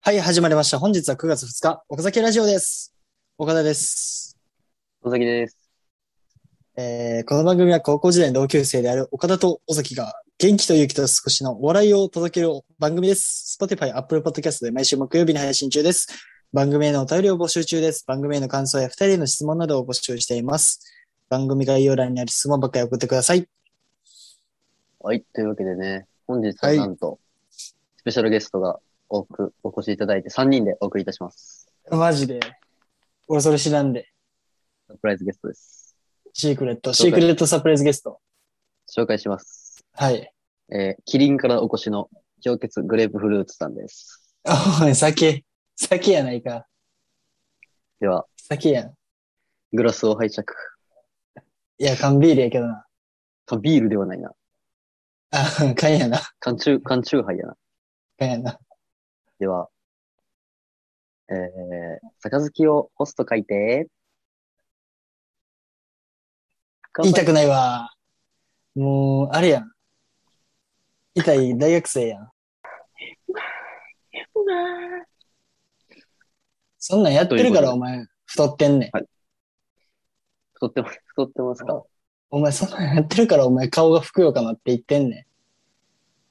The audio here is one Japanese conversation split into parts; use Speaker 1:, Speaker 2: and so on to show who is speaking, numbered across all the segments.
Speaker 1: はい、始まりました。本日は9月2日、岡崎ラジオです。岡田です。
Speaker 2: 尾崎です。
Speaker 1: えーこの番組は高校時代の同級生である岡田と尾崎が元気と勇気と少しのお笑いを届ける番組です。Spotify、Apple Podcast で毎週木曜日に配信中です。番組へのお便りを募集中です。番組への感想や二人への質問などを募集しています。番組概要欄にある質問ばっかり送ってください。
Speaker 2: はい、というわけでね、本日はなんと、スペシャルゲストが多くお越しいただいて3人でお送りいたします。
Speaker 1: マジで。俺それ知らんで。
Speaker 2: サプライズゲストです。
Speaker 1: シークレット、
Speaker 2: そ
Speaker 1: シ
Speaker 2: う
Speaker 1: ー
Speaker 2: だ
Speaker 1: クレットサプライズゲスト。
Speaker 2: 紹介します。
Speaker 1: はい。
Speaker 2: えー、キリンからお越しの氷結グレープフルーツさんです。
Speaker 1: おい、先。先やないか。
Speaker 2: では、
Speaker 1: 先やん。
Speaker 2: グラスを拝借。
Speaker 1: いや、缶ビールやけどな。
Speaker 2: 缶ビールではないな。
Speaker 1: あ、缶やな。
Speaker 2: 缶中、缶中杯やな。
Speaker 1: 缶やな。
Speaker 2: では、えー、杯をホスト書いて。
Speaker 1: 言いたくないわ。もう、あれやん。痛い大学生やん。そんなんやってるか
Speaker 2: ということ
Speaker 1: ら
Speaker 2: で
Speaker 1: お前、太ってんねん。
Speaker 2: 太ってます、太ってますか
Speaker 1: お前、そんなんやってるからお前、顔がふくよかなって言ってんね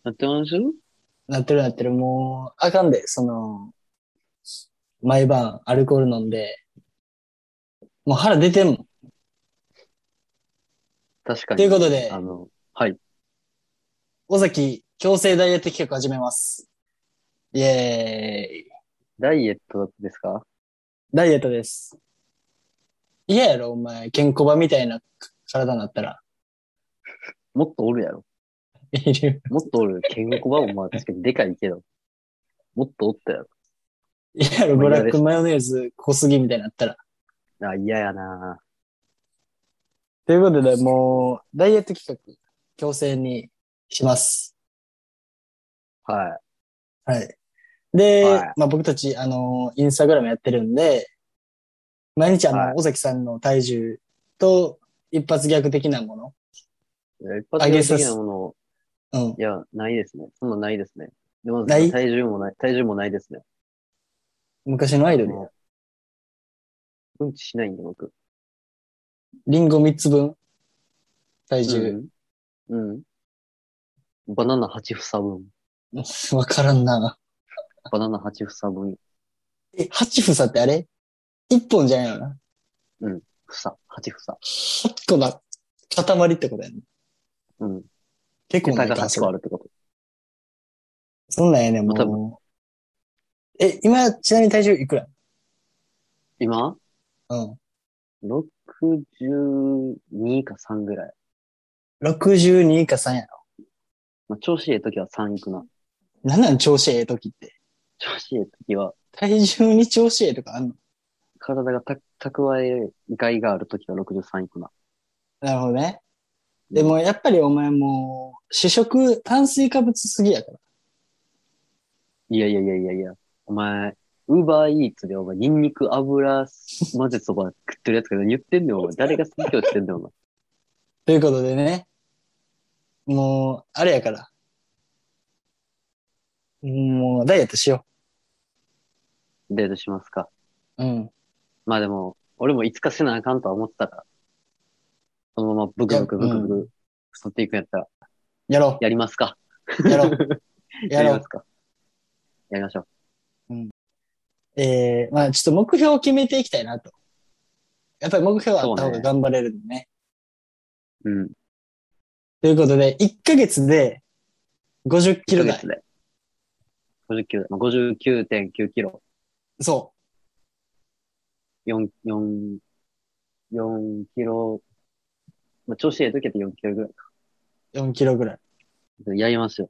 Speaker 2: なってます
Speaker 1: ん。なってるなってる。もう、あかんで、その、毎晩アルコール飲んで、もう腹出てんもん。
Speaker 2: 確かに。
Speaker 1: ということで
Speaker 2: あ、の、はい。
Speaker 1: 尾崎強制ダイエット企画始めます。イエーイ。
Speaker 2: ダイエットですか
Speaker 1: ダイエットです。嫌やろ、お前。ケンコバみたいな体になったら。
Speaker 2: もっとおるやろ。
Speaker 1: いる。
Speaker 2: もっとおる。ケンコバもまあ確かにでかいけど。もっとおったや
Speaker 1: 嫌やろ、ブラックマヨネーズ小杉みたいになったら。
Speaker 2: ろ。あ、嫌やな
Speaker 1: ということで、もう、ダイエット企画、強制にします。
Speaker 2: は
Speaker 1: はい。で、
Speaker 2: はい
Speaker 1: まあ僕たち、あの、インスタグラムやってるんで、毎日あの、
Speaker 2: はい
Speaker 1: 尾崎さんの体重と一発逆的なも
Speaker 2: い。いや一発目的なもの、
Speaker 1: の、うん
Speaker 2: い、や、ないですね。そんなんないですね。でも、
Speaker 1: ない
Speaker 2: 体重もない、体重もないですね。
Speaker 1: 昔のアイドルや、
Speaker 2: うんちしないんで、僕。
Speaker 1: リンゴ3つ分、体重。
Speaker 2: うん。うん。バナナ8房分。
Speaker 1: わからんな。
Speaker 2: バナナ8房分。
Speaker 1: え、八房ってあれ一本じゃないよな。
Speaker 2: 房。8房。
Speaker 1: 八個な、塊ってことやね。
Speaker 2: うん。
Speaker 1: 結構な
Speaker 2: 桁
Speaker 1: い
Speaker 2: が
Speaker 1: か、
Speaker 2: 8
Speaker 1: そ
Speaker 2: 個
Speaker 1: れ
Speaker 2: あるってこと。
Speaker 1: そんなんやねん、
Speaker 2: まあ
Speaker 1: もう。え、今、ちなみに体重いくら
Speaker 2: 今
Speaker 1: うん。
Speaker 2: ?62 か3ぐらい。
Speaker 1: 62か3やろ。
Speaker 2: まあ、調子いい時は3いくな。
Speaker 1: なんなん調子ええ時って。
Speaker 2: 調子いい時は、
Speaker 1: 体重に調子ええとかあんの
Speaker 2: 体がた蓄えがいがある時は63いくな。
Speaker 1: なるほどね。でも、やっぱりお前もう、主食、炭水化物すぎやから。
Speaker 2: いやいやいやいやいや。お前、ウーバーイーツでお前、ニンニク油混ぜそば食ってるやつから言ってんね ん、お前。誰が好きをしてんねん、お前。
Speaker 1: ということでね。もう、あれやから。もう、ダイエットしよ
Speaker 2: デートしますか。
Speaker 1: う。うん。
Speaker 2: まあでも、俺もいつかせなあかんとは思ってたから。そのままブクブクブクブク太っていくんやったら、
Speaker 1: やろ
Speaker 2: やりますか。
Speaker 1: う。やろ う。や
Speaker 2: り
Speaker 1: ろう
Speaker 2: ます。か。やりましょう。
Speaker 1: ええまあちょっと目標を決めていきたいなと。やっぱり目標があった方が頑張れるんでね。
Speaker 2: うん。
Speaker 1: ということで、1ヶ月で50キロ
Speaker 2: 1
Speaker 1: 台
Speaker 2: ヶ月。で。59、まあ、59.9キロ。
Speaker 1: そ。
Speaker 2: 4、4、4キロ、まあ、調子ええ時やって4キロぐらいう
Speaker 1: 4キロぐらい。
Speaker 2: か。やりますよ。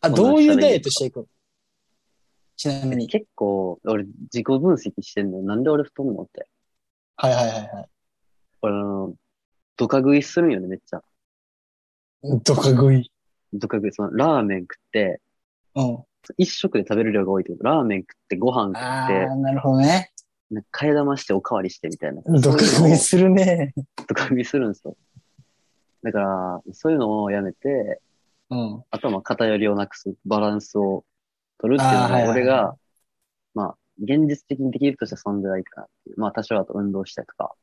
Speaker 1: あ、
Speaker 2: こん
Speaker 1: ど
Speaker 2: な
Speaker 1: う
Speaker 2: んし
Speaker 1: い
Speaker 2: たらいいの
Speaker 1: うダイエットしていくのちなみに。
Speaker 2: 結構、俺、自己分析してんのよ。なんで俺太んのって。
Speaker 1: はいはいはいはい。
Speaker 2: 俺、あの、ドカ食いするんよね、めっちゃ。
Speaker 1: ドカ食い。
Speaker 2: ドカ食い。その、ラーメン食って、
Speaker 1: うん。
Speaker 2: 一食で食べる量が多いけど、ラーメン食って、ご飯食
Speaker 1: あ
Speaker 2: って
Speaker 1: あ、なるほどね。、
Speaker 2: なんか替え玉しておかわりしてみたいな。
Speaker 1: ドカ食いするね。
Speaker 2: ドカ食いするんですよ。だから、そういうのをやめて、
Speaker 1: うん。
Speaker 2: 頭偏りをなくす、バランスを取るっていうの
Speaker 1: あーはいはいは
Speaker 2: が、
Speaker 1: い
Speaker 2: 俺が、まあ、現実的にできるとした存在かなっていう。まあ、多少あと運動したりとか。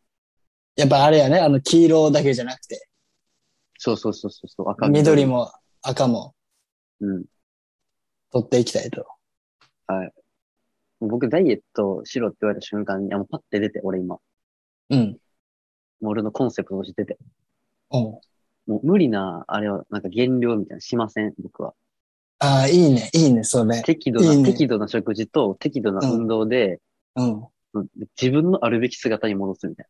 Speaker 1: やっぱあれやね、あの黄色だけじゃなくて、
Speaker 2: そうそうそうそうそう、赤
Speaker 1: 緑。も赤も
Speaker 2: うん。
Speaker 1: 取っていきたいと。
Speaker 2: 僕、ダイエットしろって言われた瞬間に、あの、パッて出て、俺今。
Speaker 1: うん。
Speaker 2: もう俺のコンセプトとして出て。
Speaker 1: うん。
Speaker 2: もう無理な、あれは、なんか減量みたいなのしません、僕は。
Speaker 1: ああ、いいね、いいね、それ。
Speaker 2: 適度な、
Speaker 1: いいね
Speaker 2: 適度な食事と適度な運動で、
Speaker 1: うん。
Speaker 2: うん自分のあるべき姿に戻すみたい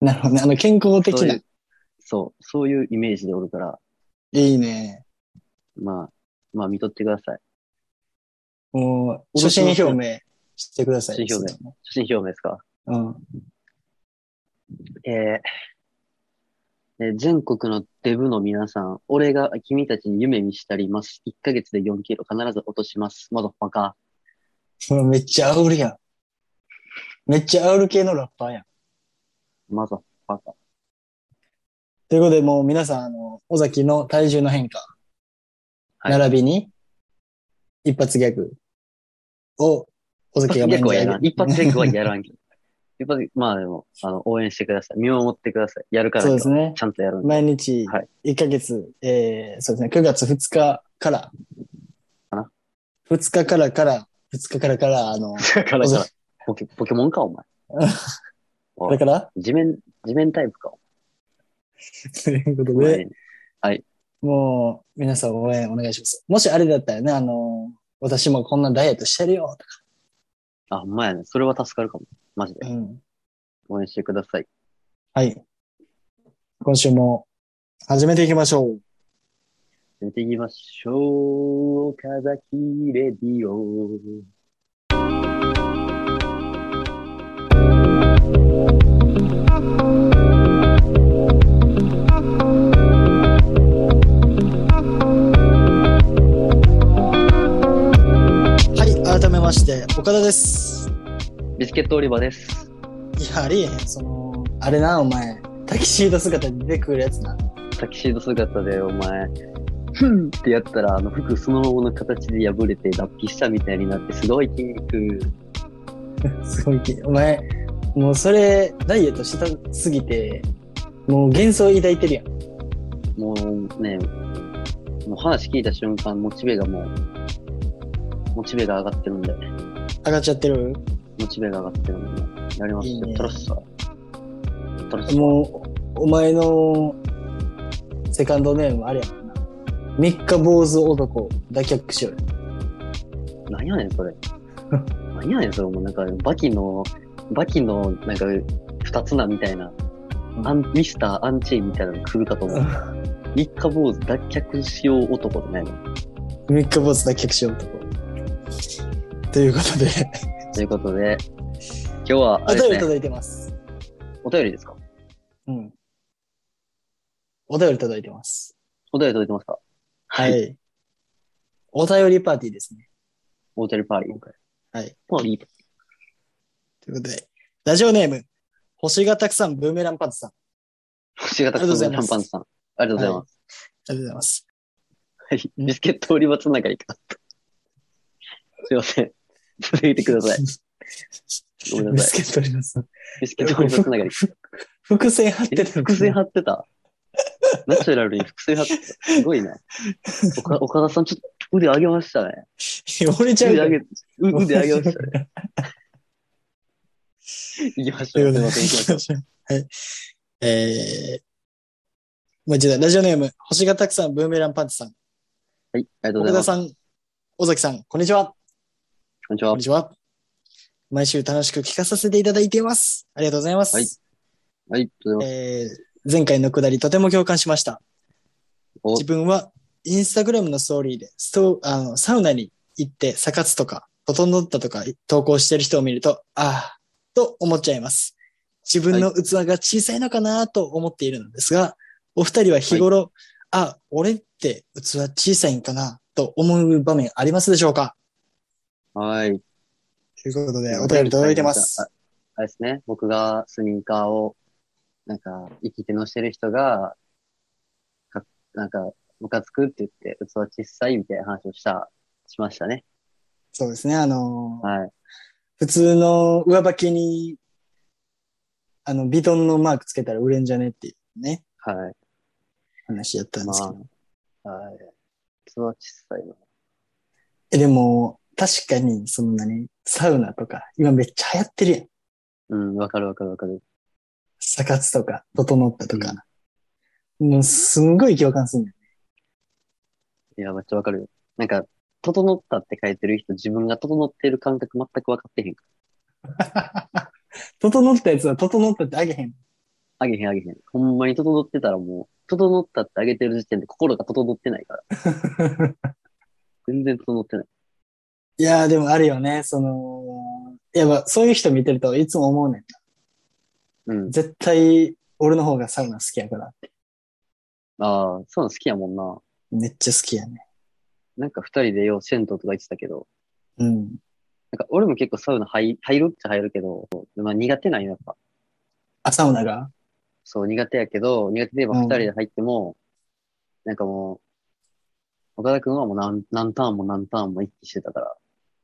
Speaker 1: なるほどね。あの、健康
Speaker 2: な。
Speaker 1: 的
Speaker 2: そうい
Speaker 1: な。
Speaker 2: う、そう、そういうイメージでおるから、
Speaker 1: いいね。
Speaker 2: まあ、まあ見とってください。
Speaker 1: もう、初心表明してください。
Speaker 2: 初心表初心表明ですか
Speaker 1: 明。うん。
Speaker 2: えーえー全国のデブの皆さん、俺が君たちに夢見したります。1ヶ月で4キロ必ず落とします。まだバカ。
Speaker 1: うわめっちゃ煽るやん。 めっちゃ煽る系のラッパーやん。
Speaker 2: まだバカ。
Speaker 1: ということで、もう皆さん、あの、尾崎の体重の変化、
Speaker 2: はい
Speaker 1: 並びに、一発ギャグを、尾
Speaker 2: 一
Speaker 1: 崎が
Speaker 2: 発ギャグは
Speaker 1: 毎
Speaker 2: や
Speaker 1: 日
Speaker 2: らん。一発ギャグはやらんけど。 一発ギャグ、まあでも、あの、応援してください。見守ってください。やるか ら
Speaker 1: そうですね。
Speaker 2: ちゃんとやるんで。
Speaker 1: 毎日
Speaker 2: はい、
Speaker 1: 1ヶ月、えー、そうですね、9月2日から、
Speaker 2: かな
Speaker 1: 2日からから、2日からから、 あの、
Speaker 2: だから
Speaker 1: 尾
Speaker 2: だから
Speaker 1: 崎
Speaker 2: ポケ、ポケモンか、お前。
Speaker 1: これから
Speaker 2: 地面、地面タイプか。
Speaker 1: ということ
Speaker 2: お
Speaker 1: で
Speaker 2: 前、
Speaker 1: もう、皆さん応援お願いします。もしあれだったらね、あの、私もこんなダイエットしてるよ、と
Speaker 2: あ、ほんまやね。それは助かるかも。マジで
Speaker 1: か。。うん。
Speaker 2: 応援してください。
Speaker 1: はい。今週も始めていきましょう。
Speaker 2: やっていきましょう。岡崎レディオ。
Speaker 1: はい、改めまして、岡田です。
Speaker 2: ビスケットオリバーです。
Speaker 1: いや、ありえへん。その、あれな、お前、タキシード姿で出てくるやつな。
Speaker 2: タキシード姿でお前、ふんってやったら、あの服そのままの形で破れて脱皮したみたいになって、すごい筋肉。
Speaker 1: すごいき、お前、もうそれ、ダイエットしたすぎて、もう幻想抱いてるやん。
Speaker 2: もうね、もう話聞いた瞬間、モチベがもう、モチベが上がってるんで、
Speaker 1: 上がっちゃってる
Speaker 2: モチベが上がってるんで、やります
Speaker 1: いい
Speaker 2: よ。
Speaker 1: ね
Speaker 2: トロッサ。トロッサ。
Speaker 1: もう、お前の、セカンドネームあれやもんな。三日坊主男、脱却しようよ。
Speaker 2: 何やねん、それ。 何やねん、それ。もうなんか、バキの、バキの、なんか、二つなみたいな、アンミスターアンチェイみたいなの来るかと思う。三日坊主脱却しよう男ってないの。
Speaker 1: 三日坊主脱却しよう男。ということで、
Speaker 2: ということで、今日は、
Speaker 1: お便
Speaker 2: あれ
Speaker 1: り
Speaker 2: ですね、
Speaker 1: 届いてます。
Speaker 2: お便りですか
Speaker 1: うん。お便り届いてます。
Speaker 2: お便り届いてますか
Speaker 1: はい。。お便りパーティーですね。
Speaker 2: お便りパーリー。
Speaker 1: はい。
Speaker 2: パーリー。
Speaker 1: ということで、ラジオネーム、星がたくさんブーメランパンツさん。
Speaker 2: 星形
Speaker 1: ありがとうござい
Speaker 2: の
Speaker 1: ます
Speaker 2: パンパンさん。ありがとうございます。
Speaker 1: ありがとうございます。
Speaker 2: はい。ビスケット折り場つながりか。すいません。続いてくだ さい。ごめん
Speaker 1: ビ
Speaker 2: な
Speaker 1: ス
Speaker 2: さい。
Speaker 1: ケットあります。
Speaker 2: ビスケット折り場つながり。
Speaker 1: 伏線張っ
Speaker 2: え
Speaker 1: てた。
Speaker 2: 伏線張ってた。ナチュラルに伏線張ってた。すごいな。岡岡田さん、ちょっと腕上げましたね。
Speaker 1: 汚れちゃう
Speaker 2: 腕
Speaker 1: から
Speaker 2: 上げ、う腕上げま した ね。行きまし
Speaker 1: とい
Speaker 2: ょ
Speaker 1: う
Speaker 2: う。
Speaker 1: こと
Speaker 2: すい
Speaker 1: で、
Speaker 2: ません、行きましょう。
Speaker 1: はい。えー、もう一度、ラジオネーム、星がたくさんブーメランパンチさん、
Speaker 2: はい、ありがとうご
Speaker 1: 岡
Speaker 2: ざいま
Speaker 1: 田
Speaker 2: す。
Speaker 1: さん、尾崎さん、こんにちは。
Speaker 2: こんにち
Speaker 1: こ
Speaker 2: は
Speaker 1: んに。ちは。毎週楽しく聞かさせていただいています。ありがとうございます。
Speaker 2: はいはい、ありがとうござい
Speaker 1: えー前回のくだりとても共感しました。
Speaker 2: お
Speaker 1: 自分はインスタグラムのストーリーでストあのサウナに行ってサカツとか整ったとか投稿してる人を見ると、ああ、と思っちゃいます。自分の器が小さいのかなと思っているのですが、お二人は日頃、あ、俺って器小さいんかなと思う場面ありますでしょうか
Speaker 2: ます。はい。
Speaker 1: ということで、お便り届いてます。
Speaker 2: あ。あれですね、僕がスニーカーを、なんか、生きてのしてる人が、かなんか、ムカつくって言って、器小さいみたいな話をした、しましたね。
Speaker 1: そうですね。あの、
Speaker 2: はい。
Speaker 1: 普通の上履きに、あの、ビトンのマークつけたら売れんじゃねっていうね、
Speaker 2: はい。
Speaker 1: 話やったんですけど。
Speaker 2: まあ、はい。ツアー小さいな。
Speaker 1: え、でも、確かに、そんなに、サウナとか、今めっちゃ流行ってるやん。
Speaker 2: うん、わかるわかるわかる。
Speaker 1: サカツとか、整ったとか。もう、すんごい共感するんだよ。
Speaker 2: いや、めっちゃわかるよ。なんか、整ったって書いてる人、自分が整ってる感覚全くわかってへんから。
Speaker 1: 整ったやつは整ったってあげへん。
Speaker 2: あげへんあげへん。ほんまに整ってたらもう、整ったってあげてる時点で心が整ってないから。全然整ってない。
Speaker 1: いやー、でもあるよね。その、やっぱそういう人見てるといつも思うねん。
Speaker 2: うん。
Speaker 1: 絶対、俺の方がサウナ好きやから。
Speaker 2: ああ、そういうの好きやもんな。
Speaker 1: めっちゃ好きやね。
Speaker 2: なんか二人でよう、銭湯とか行ってたけど、
Speaker 1: うん。
Speaker 2: なんか俺も結構サウナ入入るっちゃ入るけど、まあ苦手なんよやっぱ。
Speaker 1: あ、サウナが
Speaker 2: そう、苦手やけど、苦手で言えば
Speaker 1: うん
Speaker 2: 二人で入っても、なんかもう、岡田くんはもう何何ターンも何ターンも一気してたから、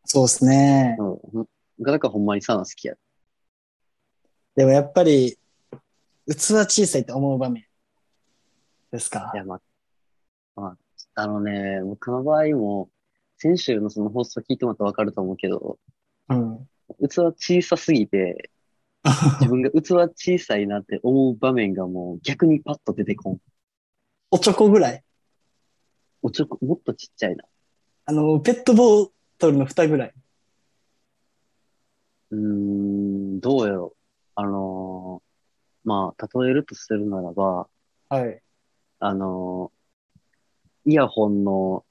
Speaker 1: そうっすね。
Speaker 2: うん、岡田くんはほんまにサウナ好きや。
Speaker 1: でもやっぱり、器小さいと思う場面。ですか
Speaker 2: いや、まあ、まあ、あのね、僕の場合も、先週のその放送聞いてもらったらわかると思うけど、
Speaker 1: うん。
Speaker 2: 器小さすぎて、自分が器小さいなって思う場面がもう逆にパッと出てこん。
Speaker 1: おちょこぐらい。
Speaker 2: おちょこ、もっとちっちゃいな。
Speaker 1: あの、ペットボトルの蓋ぐらい。
Speaker 2: うーん、どうやろう。あのーまあ、例えるとするならば、
Speaker 1: はい。
Speaker 2: あのーイヤホンの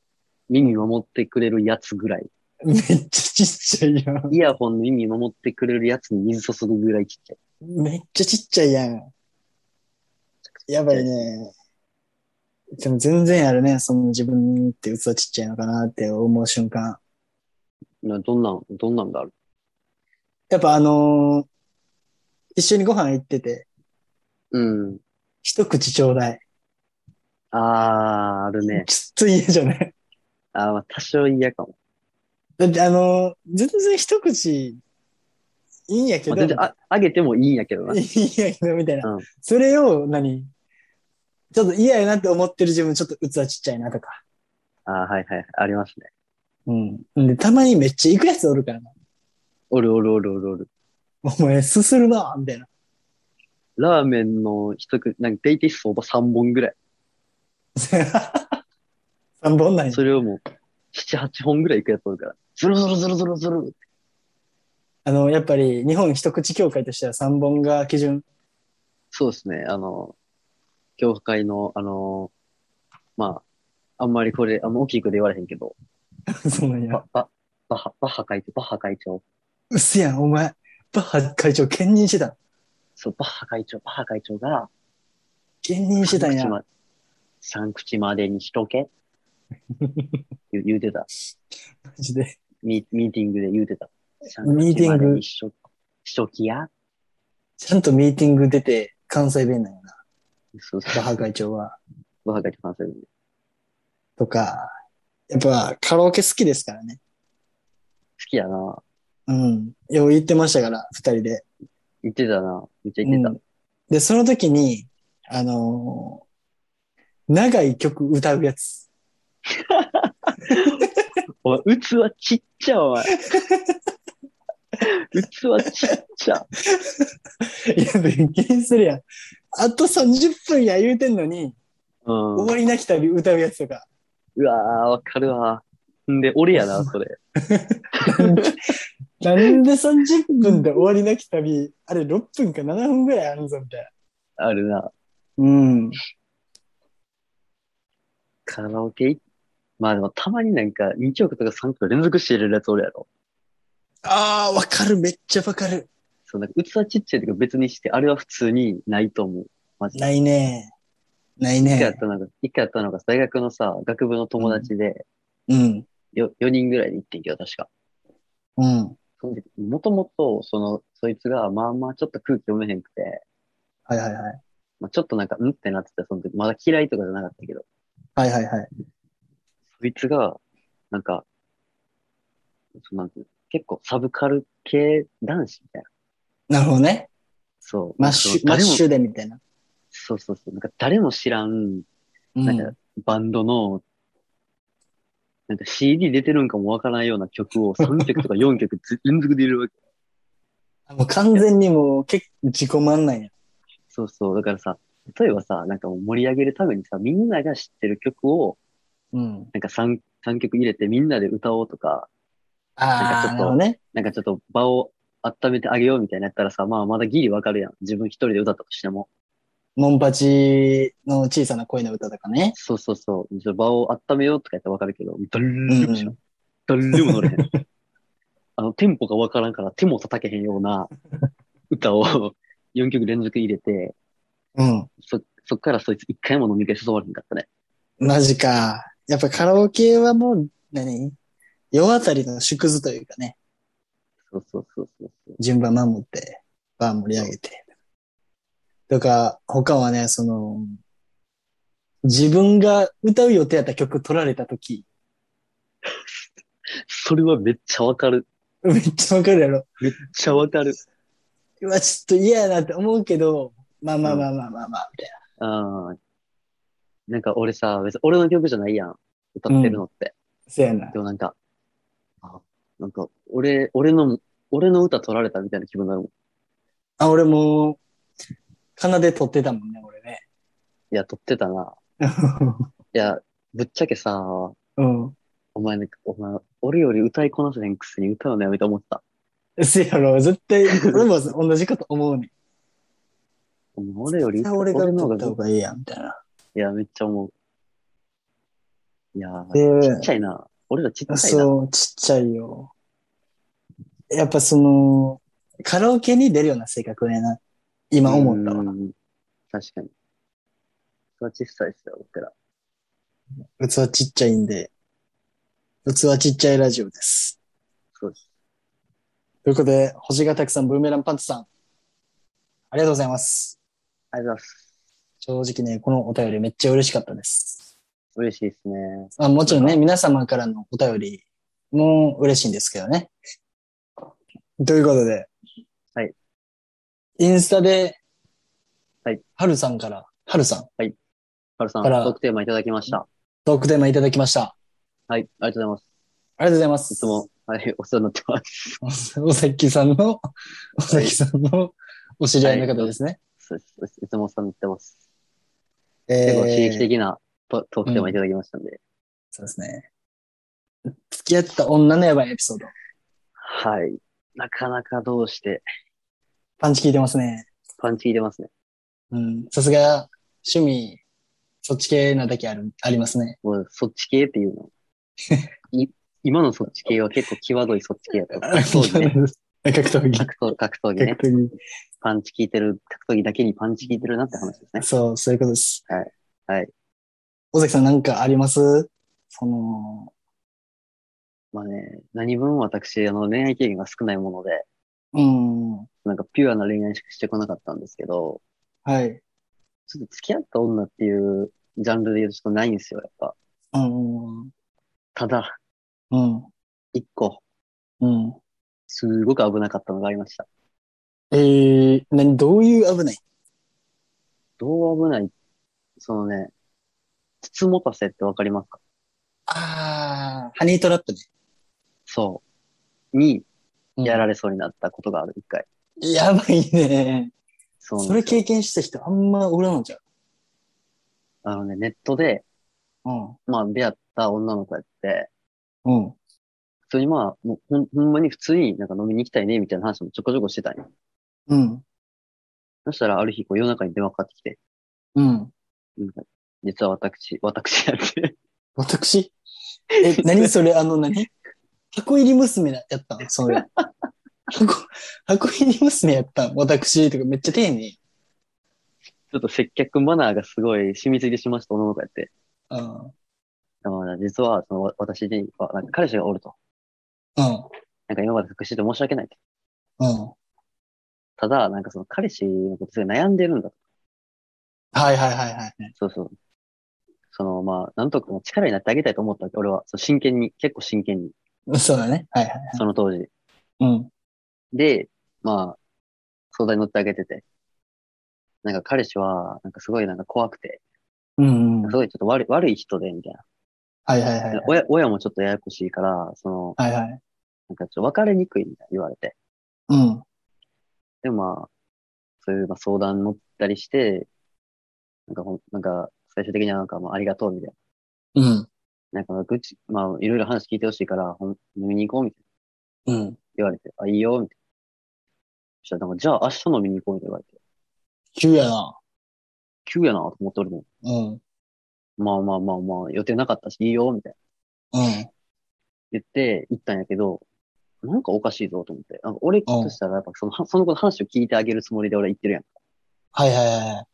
Speaker 2: 耳守ってくれるやつぐらい。
Speaker 1: めっちゃちっちゃいやん。
Speaker 2: イヤホンの耳守ってくれるやつに水注ぐぐらいちっちゃい。
Speaker 1: めっちゃちっちゃいやん。やばいね。でも全然あるね。その自分って器ちっちゃいのかなって思う瞬間。
Speaker 2: などんなん、どんなんがある
Speaker 1: やっぱあのー一緒にご飯行ってて、
Speaker 2: うん。
Speaker 1: 一口ちょうだい。
Speaker 2: あー、あるね。
Speaker 1: ちょっと嫌じゃない
Speaker 2: あー、まあ多少嫌かも。
Speaker 1: だってあのー全然一口、いいんやけ
Speaker 2: まあ、
Speaker 1: ど、
Speaker 2: 全然あ、あげてもいいんやけどな。
Speaker 1: いいんやけど、みたいな。
Speaker 2: うん
Speaker 1: それを何、ちょっと嫌やなって思ってる自分、ちょっと器ちっちゃいなとか。
Speaker 2: あー、はいはい。ありますね。
Speaker 1: うん。で、たまにめっちゃ行くやつおるからな。
Speaker 2: おるおるおるおるおる。
Speaker 1: お前、すするな、みたいな。
Speaker 2: ラーメンの一口、なんかデイティス相場3本ぐらい。
Speaker 1: 3本ない。
Speaker 2: それをもう、七、八本ぐらいいくやつおるから。ズルズルズルズルズル。
Speaker 1: あの、やっぱり、日本一口協会としては3本が基準。
Speaker 2: そうですね。あの、教会の、あの、まあ、あんまりこれ、あんま大きい声で言われへんけど、
Speaker 1: そうなんや
Speaker 2: バ。ババッハ、バッハ会長、バッハ会長、
Speaker 1: うっせやん、お前。バッハ会長、兼任してた。
Speaker 2: そう、バッハ会長、バッハ会長が、
Speaker 1: 兼任してたんや
Speaker 2: 口。ま三口までにしとけ。言う言うてた。
Speaker 1: マジで。
Speaker 2: ミミーティングで言うてた。三
Speaker 1: ミーテ
Speaker 2: 口
Speaker 1: ィング
Speaker 2: までにしと、しときや。
Speaker 1: ちゃんとミーティング出て、関西弁なんやな。
Speaker 2: そうそう
Speaker 1: バッハ会長は。
Speaker 2: バッハ会長話せるんで。
Speaker 1: とか、やっぱ、カラオケ好きですからね。
Speaker 2: 好きやな。
Speaker 1: うん。よう言ってましたから、二人で。
Speaker 2: 言ってたな。めっちゃ言ってた。
Speaker 1: うんで、その時に、あのー長い曲歌うやつ。
Speaker 2: お前、器ちっちゃ、お前。器ちっちゃ。
Speaker 1: いや、びっくりするやん。あと30分や言うてんのに、
Speaker 2: うん。
Speaker 1: 終わりなき旅歌うやつとか。
Speaker 2: うわー、わかるわ。んで、俺やな、それ。
Speaker 1: なんで30分で終わりなき旅、あれ6分か7分ぐらいあるぞ、みたいな。
Speaker 2: あるな。
Speaker 1: うん。
Speaker 2: カラオケまあでも、たまになんか、2曲とか3曲連続して入れるやつ俺やろ。
Speaker 1: ああ、わかる、めっちゃわかる。
Speaker 2: そう、なんか、器ちっちゃいとか別にして、あれは普通にないと思う。マジで。
Speaker 1: ないね。ない
Speaker 2: 一回やっ
Speaker 1: ね。
Speaker 2: たのが、一回やったのが、大学のさ、学部の友達で、
Speaker 1: うん。
Speaker 2: よ、4人ぐらいで行ってんけど、確か。
Speaker 1: うん。
Speaker 2: その時、もともと、その、そいつが、まあまあ、ちょっと空気読めへんくて、
Speaker 1: はいはいはい。
Speaker 2: まあ、ちょっとなんか、うんってなってた、その時。まだ嫌いとかじゃなかったけど、
Speaker 1: はいはいはい。
Speaker 2: そいつが、なんか、そうなんていうの結構サブカル系男子みたいな。
Speaker 1: なるほどね。
Speaker 2: そう。
Speaker 1: マッシュ、マ
Speaker 2: な
Speaker 1: ッ
Speaker 2: んかそう
Speaker 1: シュでみたいな。
Speaker 2: そうそうそう。なんか誰も知らん、
Speaker 1: うん
Speaker 2: なんかバンドの、なんか CD 出てるんかもわからないような曲を3曲とか4曲ず連続で入れるわけ。
Speaker 1: もう完全にもう結構自己満なんや。
Speaker 2: そうそう。だからさ、例えばさ、なんかもう盛り上げるためにさ、みんなが知ってる曲を、
Speaker 1: うん。
Speaker 2: なんか 3, 3曲入れてみんなで歌おうとか、
Speaker 1: ああ、なるほどね。
Speaker 2: なんかちょっと場を温めてあげようみたいなやったらさ、まあまだギリわかるやん。自分一人で歌ったとしても。
Speaker 1: モンパチの小さな恋の歌とかね。
Speaker 2: そうそうそう。ちょっと場を温めようとかやったらわかるけど、誰でも知らん。誰でも乗れへん。 あの、テンポがわからんから手も叩けへんよう な歌を4曲連続入れて、
Speaker 1: うん。
Speaker 2: そ、そっからそいつ一回も飲み会誘われへんかったね。
Speaker 1: マジか。やっぱカラオケはもう、何夜あたりの縮図というかね、
Speaker 2: そうそうそうそうそう。
Speaker 1: 順番守って、バー盛り上げて。とか、他はね、その、自分が歌う予定やった曲取られた時、
Speaker 2: それはめっちゃわかる。
Speaker 1: めっちゃわかるやろ。
Speaker 2: めっちゃわかる。
Speaker 1: うわ、ちょっと嫌やなって思うけど、まあまあまあまあまあまあ、みたい
Speaker 2: ああ。なんか俺さ、別に俺の曲じゃないやん。歌ってるのって。
Speaker 1: な。そうやな。
Speaker 2: でもなんか、あ、なんか、俺、俺の、俺の歌取られたみたいな気分になるもん。
Speaker 1: あ、俺も、奏で撮ってたもんね、俺ね。
Speaker 2: いや、取ってたな。いや、ぶっちゃけさ、
Speaker 1: うん。
Speaker 2: お前なんか、お前、俺より歌いこなせへんくせに歌うのやめて思ってた。
Speaker 1: せやろ、絶 対、俺も同じこと思うね。
Speaker 2: お前俺より
Speaker 1: 絶対
Speaker 2: 歌、
Speaker 1: 俺が
Speaker 2: 俺の方
Speaker 1: 撮
Speaker 2: が
Speaker 1: った方がいいやん、みたいな。
Speaker 2: いや、めっちゃ思う。いやー、
Speaker 1: で
Speaker 2: ちっちゃいな。俺らちっちゃいな。
Speaker 1: そう、ちっちゃいよ。やっぱその、カラオケに出るような性格やな。今思ったわ。
Speaker 2: うん確かに。それは小さいっすよ、僕ら。
Speaker 1: 器ちっちゃいんで、器ちっちゃいラジオです。
Speaker 2: そうです。
Speaker 1: ということで、星がたくさんブーメランパンツさん、ありがとうございます。
Speaker 2: ありがとうございます。
Speaker 1: 正直ね、このお便りめっちゃ嬉しかったです。
Speaker 2: 嬉しいですね。
Speaker 1: まあ、もちろんね、皆様からのお便りも嬉しいんですけどね。ということで。
Speaker 2: はい。
Speaker 1: インスタで、
Speaker 2: はい。
Speaker 1: はるさんから、はるさん、
Speaker 2: ハルさん、
Speaker 1: あら
Speaker 2: トークテーマいただきました。
Speaker 1: トークテーマいただきました。
Speaker 2: はい、ありがとうござい
Speaker 1: ありがとうございま
Speaker 2: ます。
Speaker 1: す。
Speaker 2: いつも、はい、お世話になってます。
Speaker 1: お。おさっきさんの、おさっきさんのお知り合いの方ですね。
Speaker 2: そうです。いつもお世話になってます。
Speaker 1: え
Speaker 2: 結構刺激
Speaker 1: ー、
Speaker 2: 的なトトークテーマいただきましたんで。
Speaker 1: そうですね。付き合った女のやばいエピソード。
Speaker 2: はい。なかなかどうして、
Speaker 1: パンチ効いてますね。
Speaker 2: パンチ入れますね。
Speaker 1: うん。さすが、趣味、そっち系なだけある、ありますね。
Speaker 2: もう、そっち系っていう の。い今のそっち系は結構際どいそっち系やった。格闘技ね。
Speaker 1: 格闘技。
Speaker 2: 格闘格闘技ね。
Speaker 1: 格闘技。
Speaker 2: パンチ効いてる、格闘技だけにパンチ効いてるなって話ですね。
Speaker 1: そう、そういうことです。
Speaker 2: はい。はい。
Speaker 1: 尾崎さんなんかありますその、
Speaker 2: まあね、何分私、あの、恋愛経験が少ないもので、
Speaker 1: うん。
Speaker 2: なんかピュアな恋愛しかしてこなかったんですけど、
Speaker 1: はい。
Speaker 2: ちょっと付き合った女っていうジャンルで言うとちょっとないんですよ、やっぱ。
Speaker 1: うん。うん。
Speaker 2: ただ、
Speaker 1: うん
Speaker 2: 一個、
Speaker 1: うん。
Speaker 2: すごく危なかったのがありました。
Speaker 1: えー、何、どういう危ない
Speaker 2: どう危ないそのね、つつもたせってわかりますか
Speaker 1: あー、ハニートラップね。
Speaker 2: そう。に、
Speaker 1: うん
Speaker 2: やられそうになったことがある、一回。
Speaker 1: やばいね。
Speaker 2: そうなん
Speaker 1: それ
Speaker 2: ですよ
Speaker 1: 経験した人あんまおらんのじゃ
Speaker 2: あのね、ネットで、
Speaker 1: う。
Speaker 2: まあ、出会った女の子やって、
Speaker 1: うん。うん。
Speaker 2: 普通にまあ、もうほん、ほんまに普通になんか飲みに行きたいね、みたいな話もちょこちょこしてたんよ。
Speaker 1: うん。
Speaker 2: そしたら、ある日、こう、夜中に電話かかってきて、
Speaker 1: うん。
Speaker 2: なんか実は私、私やって、
Speaker 1: 私え、何それ、あの何、箱入り娘やったんそれ。箱、箱入り娘やったん私とかめっちゃ丁寧。
Speaker 2: ちょっと接客マナーがすごい染みついてしました女の子やって、
Speaker 1: うん。
Speaker 2: あの実は、その、わ私には、なんか彼氏がおると。
Speaker 1: うん。
Speaker 2: なんか今まで隠してて申し訳ないと。
Speaker 1: うん。
Speaker 2: ただ、なんかその彼氏のことすごい悩んでるんだと。
Speaker 1: はいはいはいはい。
Speaker 2: そうそう。その、まあ、なんとかも力になってあげたいと思ったわけ、俺は。そう真剣に、結構真剣に。
Speaker 1: そうだね。はいはい。
Speaker 2: その当時。
Speaker 1: うん。
Speaker 2: で、まあ、相談に乗ってあげてて。なんか彼氏は、なんかすごいなんか怖くて、
Speaker 1: うん、うん。
Speaker 2: すごいちょっと悪い、悪い人で、みたい
Speaker 1: はいはいはい
Speaker 2: な。。親、親もちょっとややこしいから、その、
Speaker 1: はいはい。
Speaker 2: なんかちょっと別れにくいみたいな言われて。
Speaker 1: うん。
Speaker 2: で、まあ、そういうまあ相談に乗ったりして、なんかほん、なんか、最終的にはなんか、まあ、ありがとう、みたいな。
Speaker 1: うん。
Speaker 2: なんか、愚痴、まあ、いろいろ話聞いてほしいから、ほん、飲みに行こう、みたいな
Speaker 1: うん。
Speaker 2: 言われて。あ、いいよ、みたいな。そしたら、なんか、じゃあ明日飲みに行こう、みたいな言われて。
Speaker 1: 急やな。
Speaker 2: 急やな、と思って俺も。
Speaker 1: うん。
Speaker 2: まあまあまあまあ、予定なかったし、いいよ、みたいな。
Speaker 1: うん。
Speaker 2: 言って、行ったんやけど、なんかおかしいぞ、と思って。なんか俺としたら、やっぱその、 その子の話を聞いてあげるつもりで俺行ってるやん。
Speaker 1: はいはいはい。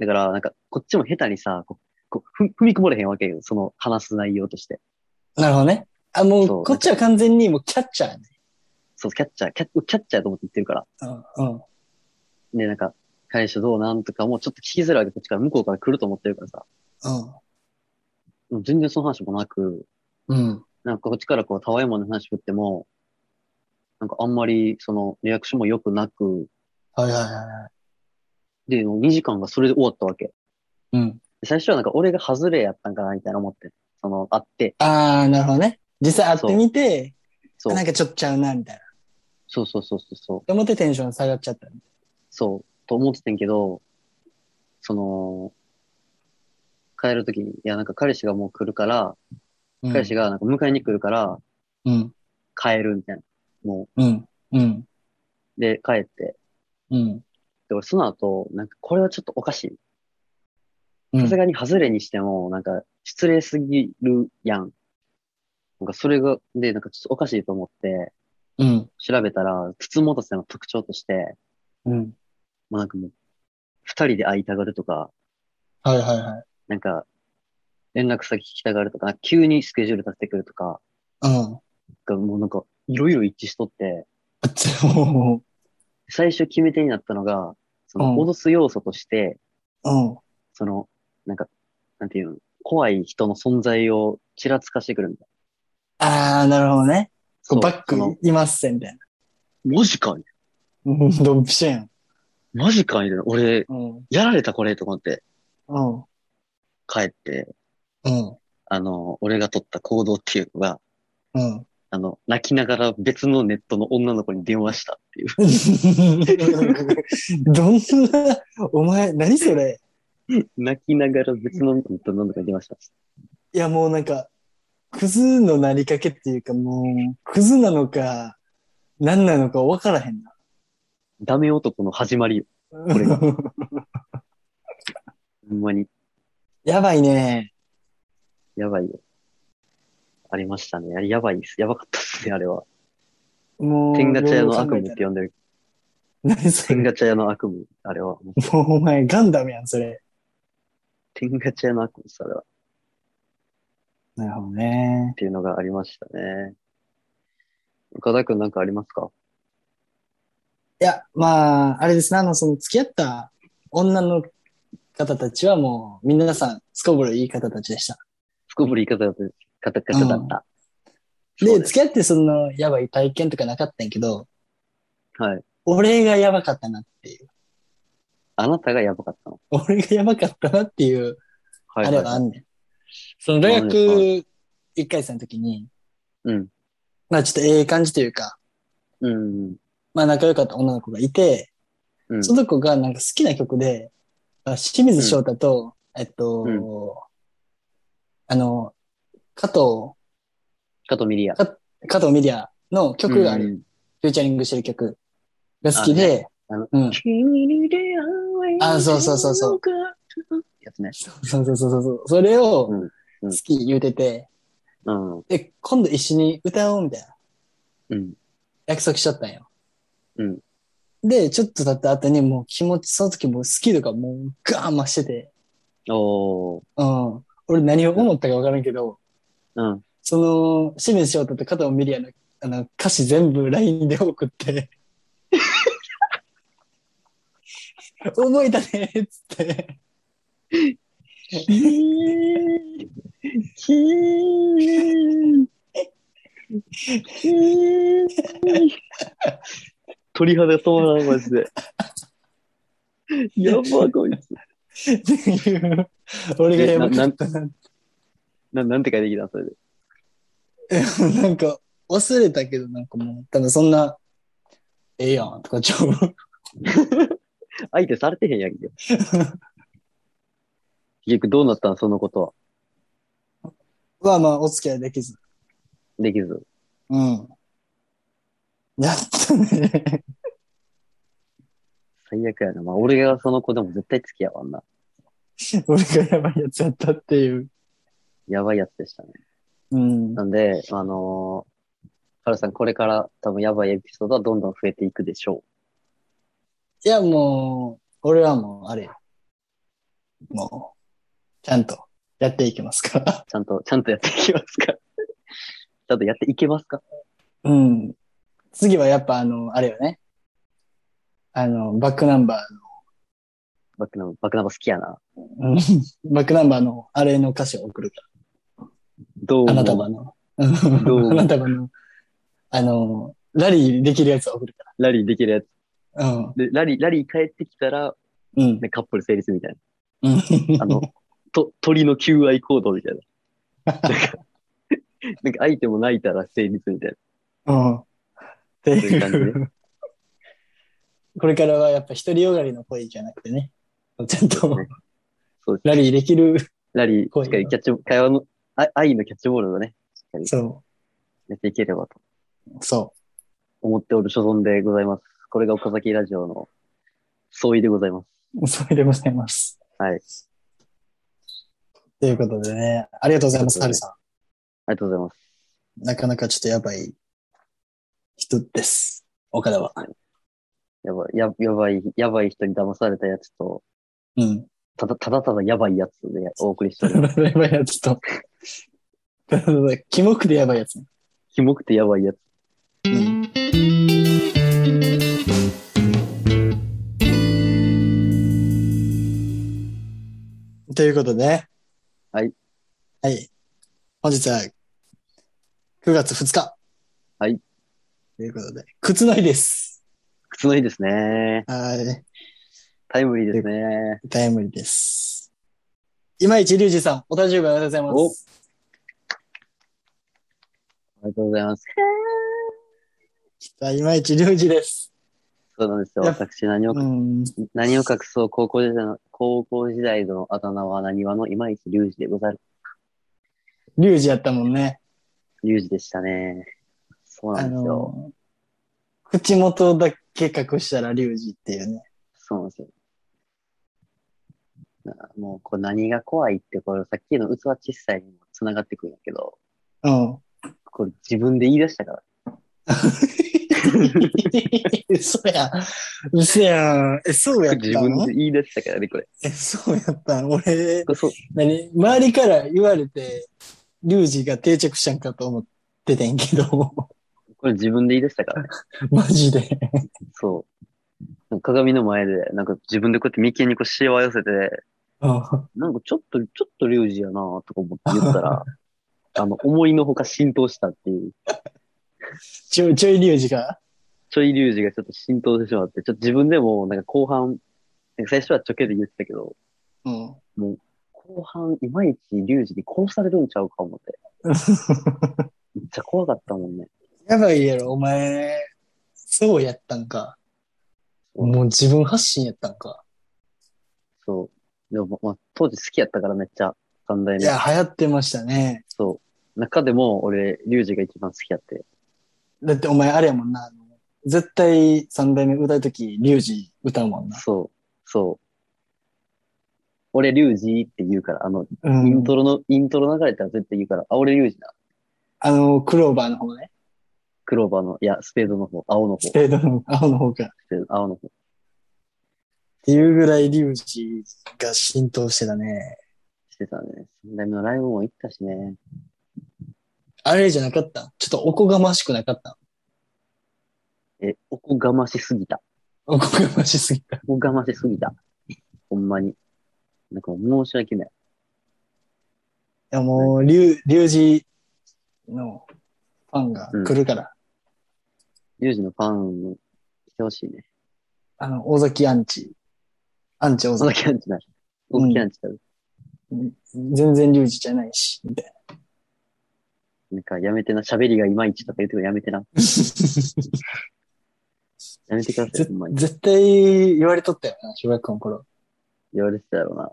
Speaker 2: だから、なんか、こっちも下手にさ、こう、こうふ踏み込まれへんわけよ。その話す内容として。
Speaker 1: なるほどね。あ、も
Speaker 2: そう
Speaker 1: う、こっちは完全にもうキャッチャーやね。
Speaker 2: そう、キャッチャー、キャッ、キャッチャーと思って言ってるから。
Speaker 1: うん。うん。
Speaker 2: で、なんか、彼氏どうなんとか、もうちょっと聞きづらいわけ、こっちから向こうから来ると思ってるからさ。もう全然その話もなく、
Speaker 1: うん。うん。
Speaker 2: なんかこっちからこう、たわいもない話振っても、なんかあんまり、その、リアクションも良くなく、
Speaker 1: はいはいは
Speaker 2: で、もう2時間がそれで終わったわけ。
Speaker 1: い。うん。
Speaker 2: で最初はなんか俺が外れやったんかな、みたいな思って。その、会って、
Speaker 1: あー、なるほどね。実際会ってみて、
Speaker 2: そう
Speaker 1: な、んかちょっとちゃうな、みたいな。
Speaker 2: そうそうそうそうそう。
Speaker 1: で、思ってテンション下がっちゃった。
Speaker 2: そう、と思っててんけど、その、帰るときに、いや、なんか彼氏がもう来るから、
Speaker 1: うん
Speaker 2: 彼氏がなんか迎えに来るから、
Speaker 1: うん。
Speaker 2: 帰るみたいな。も
Speaker 1: うん。うん。
Speaker 2: う、で、帰って。
Speaker 1: うん。
Speaker 2: で、俺その後、なんかこれはちょっとおかし
Speaker 1: う
Speaker 2: い。
Speaker 1: ん
Speaker 2: さすがに外れにしても、なんか失礼すぎるやん。なんかそれが、で、なんかちょっとおかしいと思って、
Speaker 1: うん。
Speaker 2: 調べたら、靴元さんの特徴として、
Speaker 1: うん。
Speaker 2: もうなんかもう、二人で会いたがるとか、
Speaker 1: はいはいはい。
Speaker 2: なんか、連絡先聞きたがるとか、急にスケジュール立ててくるとか、
Speaker 1: うん。
Speaker 2: がもうなんか、いろいろ一致しとって、
Speaker 1: あっち、お
Speaker 2: 最初決め手になったのが、そうの、
Speaker 1: ん
Speaker 2: 脅す要素として、
Speaker 1: うん。
Speaker 2: その、なんか、なんていうの、怖い人の存在をちらつかしてくるみたいな。
Speaker 1: あー、なるほどね。こ
Speaker 2: そうう
Speaker 1: バッ
Speaker 2: その
Speaker 1: クいますせ、みたいな。
Speaker 2: マジかみたい
Speaker 1: うんドンピシャやん。
Speaker 2: なマジかみたいな。俺、
Speaker 1: うん。うん。
Speaker 2: やられたこれと思って、
Speaker 1: うん。
Speaker 2: 帰って、
Speaker 1: うん。
Speaker 2: あの、俺が取った行動っていうのが、
Speaker 1: うん。
Speaker 2: あの、泣きながら別のネットの女の子に電話したっていう。
Speaker 1: どんな、お前、何それ。
Speaker 2: 泣きながら別のネットの女の子に電話した。
Speaker 1: いや、もうなんか、クズのなりかけっていうか、もう、クズなのか、何なのか分からへんな。
Speaker 2: ダメ男の始まりよ。れがほんまに、
Speaker 1: やばいね。
Speaker 2: やばいよ。ありましたね。あれ、やばいです。やばかったっすね、あれは。
Speaker 1: もう。
Speaker 2: 天ガチャ屋の悪
Speaker 1: 考え
Speaker 2: 夢った
Speaker 1: ら
Speaker 2: て呼んでる。
Speaker 1: 何そ
Speaker 2: 天
Speaker 1: れ。
Speaker 2: ガチャ屋の悪夢、あれは。
Speaker 1: もうお前、ガンダムやん、それ。
Speaker 2: 天ガチャ屋の悪夢です、あれは。っ
Speaker 1: なるほどね。
Speaker 2: ていうのがありましたね。岡田くんなんかありますか
Speaker 1: いや、まあ、あれですね、あの、その、付き合った女の方たちはもう、皆さん、すこぶるいい方たちでした。
Speaker 2: すこぶり言い方だった、方々だった。そ
Speaker 1: で、
Speaker 2: うです
Speaker 1: 付き合ってその、やばい体験とかなかったんやけど、
Speaker 2: はい。
Speaker 1: 俺がやばかったなっていう。
Speaker 2: あなたがやばかったの。
Speaker 1: 俺がやばかったなっていう、
Speaker 2: はい、
Speaker 1: あ
Speaker 2: はい
Speaker 1: れ
Speaker 2: はい。
Speaker 1: はあんねん。その大学一回生の時に、
Speaker 2: うん。
Speaker 1: まあちょっとええ感じというか、
Speaker 2: うん。
Speaker 1: まあ仲良かった女の子がいて、
Speaker 2: うん。
Speaker 1: その子がなんか好きな曲で、まあ清水翔太と、えっと、
Speaker 2: うん
Speaker 1: あの、加藤、
Speaker 2: 加藤ミリア。
Speaker 1: 加藤ミリアの曲がある、
Speaker 2: うん
Speaker 1: フューチャリングしてる曲が好きで、
Speaker 2: あの
Speaker 1: うん。
Speaker 2: 君に出会え
Speaker 1: あそうそうそうそう
Speaker 2: よかったやつね。
Speaker 1: そうそうそうそう。それを
Speaker 2: うんう
Speaker 1: 好
Speaker 2: ん
Speaker 1: き言うてて、
Speaker 2: うん。う
Speaker 1: で、今度一緒に歌おうみたいな。
Speaker 2: ん。
Speaker 1: 約束しちゃったんよ。
Speaker 2: うん。
Speaker 1: で、ちょっと経った後にもう気持ち、その時もう好きとかもうガーン増してて、
Speaker 2: おー。
Speaker 1: うん。俺何を思ったかわからんけど、
Speaker 2: うん。
Speaker 1: その、清水翔太と加藤ミリアのあの歌詞全部 LINE で送って、覚えたねっつって、
Speaker 2: キーンキーン 鳥肌止まらん、マジで。やば、こいつ。
Speaker 1: 俺がやばかったな。
Speaker 2: ななんて書いてきたそれで。
Speaker 1: なんか、忘れたけど、なんかもう、多分そんな、ええやんとかちゃう。
Speaker 2: 相手されてへんやんけ。結局どうなったんそのことは。
Speaker 1: まあまあ、お付き合いできず。
Speaker 2: できず。
Speaker 1: うん。やったね。
Speaker 2: 最悪やな。まあ、俺がその子でも絶対付き合わんな。
Speaker 1: 俺がやばいやつやったっていう。
Speaker 2: やばいやつでしたね。
Speaker 1: うん。
Speaker 2: なんで、あのー、カルさん、これから多分やばいエピソードはどんどん増えていくでしょ
Speaker 1: いや、もう、俺はもう、あれよ。もう、ちゃんとやっていきますから。
Speaker 2: う。ちゃんと、ちゃんとやっていきますか ちゃんとやっていけますか
Speaker 1: うん。次はやっぱ、あの、あれよね。あの、バックナンバ
Speaker 2: バックナンバ、バックナンバ好きやな。
Speaker 1: ーの、うんバックナンバーのあれの歌詞を送るか
Speaker 2: どう
Speaker 1: ら。
Speaker 2: も
Speaker 1: 花束の。
Speaker 2: ど うも
Speaker 1: 花束の、あの、ラリーできるやつを送るか
Speaker 2: ラリーできるやつ。
Speaker 1: ら。
Speaker 2: で、ラリー、ラリー帰ってきたら、
Speaker 1: うん。うん。
Speaker 2: ね、カップル成立みたい
Speaker 1: うん
Speaker 2: な。あの、と、鳥の求愛行動みたいな。なんか、なんか相手も泣いたら成立みたい
Speaker 1: うん。って
Speaker 2: そういう感じね
Speaker 1: いう。これからはやっぱ独りよがりの恋じゃなくてね、ちゃんと
Speaker 2: ねそうで
Speaker 1: ラリーできる、
Speaker 2: な。ラリー、し
Speaker 1: 恋
Speaker 2: っかりキャッチ、会話の、あ愛のキャッチボールをね、しっかり
Speaker 1: そ
Speaker 2: やっていければと
Speaker 1: う、そ
Speaker 2: 思っておる所存でございます。これが岡崎ラジオの総意でございます。
Speaker 1: う、それでございます。
Speaker 2: はい。
Speaker 1: ということでね、ありがとうございます、
Speaker 2: あ
Speaker 1: ハ
Speaker 2: り
Speaker 1: ル
Speaker 2: がと
Speaker 1: さ
Speaker 2: ありがとうございます。
Speaker 1: ん。なかなかちょっとやばい人です。岡田は。
Speaker 2: やばい、ややばい、やばい人に騙されたやつと、
Speaker 1: うん。
Speaker 2: ただただただやばいやつでお送りしております。
Speaker 1: やばいやつと。 キモくてやばいやつ。
Speaker 2: キモくてやばいやつ。
Speaker 1: うん。ということで。
Speaker 2: はい。
Speaker 1: はい。本日は9月2日。
Speaker 2: はい。
Speaker 1: ということで、靴の日です。
Speaker 2: 靴の日ですね。
Speaker 1: は
Speaker 2: タイムリーですね。
Speaker 1: い。タイムリーです。今市隆二さん、お誕生日おめでとうございます。
Speaker 2: ありがとうございます。
Speaker 1: さあ今市隆二です。
Speaker 2: そうなんですよ。
Speaker 1: いや
Speaker 2: 私、何を、
Speaker 1: うん。
Speaker 2: 何を隠そう、高校時代の、高校時代のあだ名は何話の今市隆二でござる。
Speaker 1: 隆二やったもんね。
Speaker 2: 隆二でしたね。そうな
Speaker 1: あ
Speaker 2: んですよ。
Speaker 1: の、口元だけ隠したら隆二っていうね。
Speaker 2: そうなんですよ。なもう、こう何が怖いって、これさっきの器小さいにも繋がってくるんだけど、
Speaker 1: うん。
Speaker 2: これ自分で言い出したから。
Speaker 1: 嘘やん。嘘やん。え、そうやった
Speaker 2: 自分
Speaker 1: の
Speaker 2: で言い出したからね、これ。
Speaker 1: え、そうやったの俺、
Speaker 2: これそう
Speaker 1: 何周りから言われて、リュウジが定着したんかと思っててんけど、
Speaker 2: これ自分で言い出したからね。
Speaker 1: マジで。
Speaker 2: そう。鏡の前で、なんか自分でこうやって眉間にこうしわ寄せて、
Speaker 1: うん
Speaker 2: なんかちょっと、ちょっとリュウジやなとか思って言っ たら、あの、思いのほか浸透したっていう。
Speaker 1: ちょ、ちょいリュウジが。
Speaker 2: ちょいリュウジがちょっと浸透してしまって、ちょっと自分でも、なんか後半、なんか最初はちょけで言ってたけど、
Speaker 1: うん。
Speaker 2: 後半、いまいちリュウジに殺されるんちゃうか 思って。めっちゃ怖かったもんね。
Speaker 1: やばいやろ、お前、そうやったんか。もう自分発信やったんか。
Speaker 2: そう。でも、まあ、当時好きやったからめっちゃ、三代
Speaker 1: い
Speaker 2: 目。
Speaker 1: や、流行ってましたね。
Speaker 2: そう。中でも、俺、リュウジが一番好きやって。
Speaker 1: だってお前あれやもんな。あの絶対三代目歌うとき、リュウジ歌うもんな。
Speaker 2: そう。そう。俺、リュウジって言うから、あの、
Speaker 1: うん
Speaker 2: イントロの、イントロ流れたら絶対言うから、あ、俺、リュウジな。
Speaker 1: あの、クローバーの方ね。
Speaker 2: クローバーの、いや、スペードの方、青の方、
Speaker 1: ス
Speaker 2: スペ
Speaker 1: ペードの青の方か。っ
Speaker 2: ード青の方、
Speaker 1: ていうぐらいリュウジが浸透してたね。
Speaker 2: してたね。三代目のライブも行ったしね。
Speaker 1: あれじゃなかったちょっとおこがましくなかった
Speaker 2: え、おこがましすぎた。
Speaker 1: おこがましすぎた。
Speaker 2: おこがましすぎた。ほんまに。なんかもう申し訳ない。
Speaker 1: いやもう、リュウ、リュウジのファンが来るから、
Speaker 2: ユージのファンも来てほしいね。
Speaker 1: あの、尾崎アンチ、アンチ尾
Speaker 2: 小
Speaker 1: 崎、
Speaker 2: 崎アンチだ。小崎アンチだ。
Speaker 1: 全然リュウジじゃないし、みたいな。
Speaker 2: なんかやめてな、喋りがいまいちとか言うてくるやめてな。やめてください、
Speaker 1: ぜ
Speaker 2: ほんまに。
Speaker 1: 絶対言われとったよな、小学校の頃。
Speaker 2: 言われてたやろな。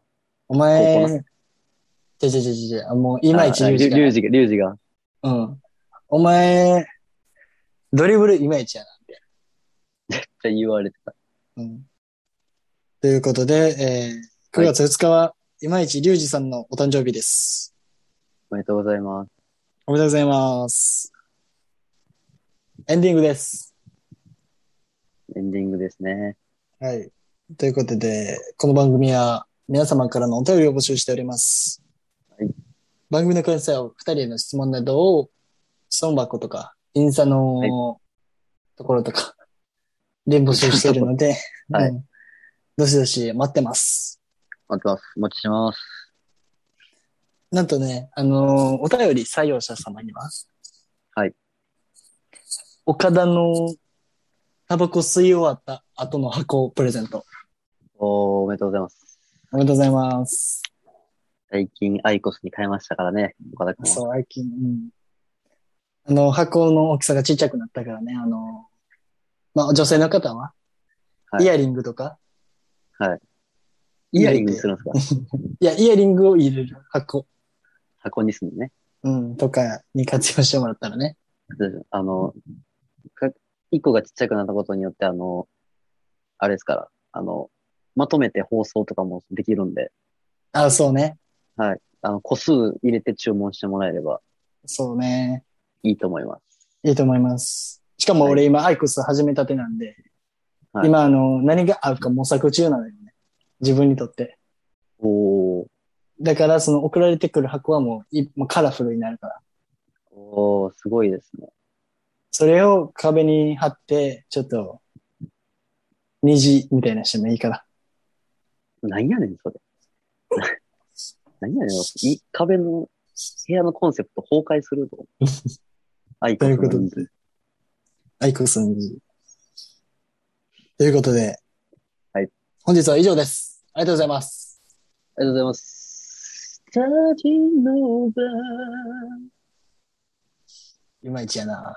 Speaker 1: お前じ
Speaker 2: 高校、
Speaker 1: ゃじゃじゃじゃ、もういまいちリュウジ
Speaker 2: あリュ
Speaker 1: が
Speaker 2: ウジが、リュウジが。
Speaker 1: うん。お前、ドリブルいまいちやな。
Speaker 2: って言われてた。
Speaker 1: うん。ということで、えー9月2日は、いまいちリュウジさんのお誕生日です。
Speaker 2: おめでとうございます。
Speaker 1: おめでとうございます。エンディングです。
Speaker 2: エンディングですね。
Speaker 1: はい。ということで、この番組は皆様からのお便りを募集しております。
Speaker 2: はい
Speaker 1: 番組の感想や二人への質問などを、質問箱とか、インスタの、
Speaker 2: はい
Speaker 1: ところとか、で募集しているので、
Speaker 2: はい
Speaker 1: うんどしどし待ってます。
Speaker 2: 待ってます。お待ちしてます。
Speaker 1: なんとね、あのーお便り採用者様には、
Speaker 2: はい。
Speaker 1: 岡田のタバコ吸い終わった後の箱をプレゼント。
Speaker 2: おー、おめでとうございます。
Speaker 1: おめでとうございます。
Speaker 2: 最近アイコスに変えましたからね、岡田君は。
Speaker 1: そう、最近、うん。あの、箱の大きさがちっちゃくなったからね、あの、まあ、女性の方は、
Speaker 2: はい
Speaker 1: イヤリングとか、
Speaker 2: イヤリングにするんですか
Speaker 1: いや、イヤリングを入れる箱、
Speaker 2: 箱にするのね。
Speaker 1: うん、とかに活用してもらったらね。
Speaker 2: あの、か一個がちっちゃくなったことによって、あの、あれですから、あの、まとめて放送とかもできるんで、
Speaker 1: あ、そうね。
Speaker 2: あの、個数入れて注文してもらえれば
Speaker 1: そうね。
Speaker 2: いいと思います。
Speaker 1: いいと思います。しかも俺今、アイコス始めたてなんで、
Speaker 2: はい
Speaker 1: 今、あの、何が合うか模索中なのよね。自分にとって。
Speaker 2: おー、
Speaker 1: だから、その送られてくる箱はもうい、もうカラフルになるから。
Speaker 2: おー、すごいですね。
Speaker 1: それを壁に貼って、ちょっと、虹みたいなしてもいいから。
Speaker 2: なんやねん、それ。 なんやねん、い壁の、部屋のコンセプト崩壊するぞ。 アイコ
Speaker 1: という
Speaker 2: ス
Speaker 1: こ
Speaker 2: の
Speaker 1: と
Speaker 2: 人
Speaker 1: で
Speaker 2: 数。、
Speaker 1: アイコスの虹。ということで、
Speaker 2: はい。
Speaker 1: 本日は以上です。ありがとうございます。
Speaker 2: ありがとうございます。ジャージのバー
Speaker 1: いまいちやな。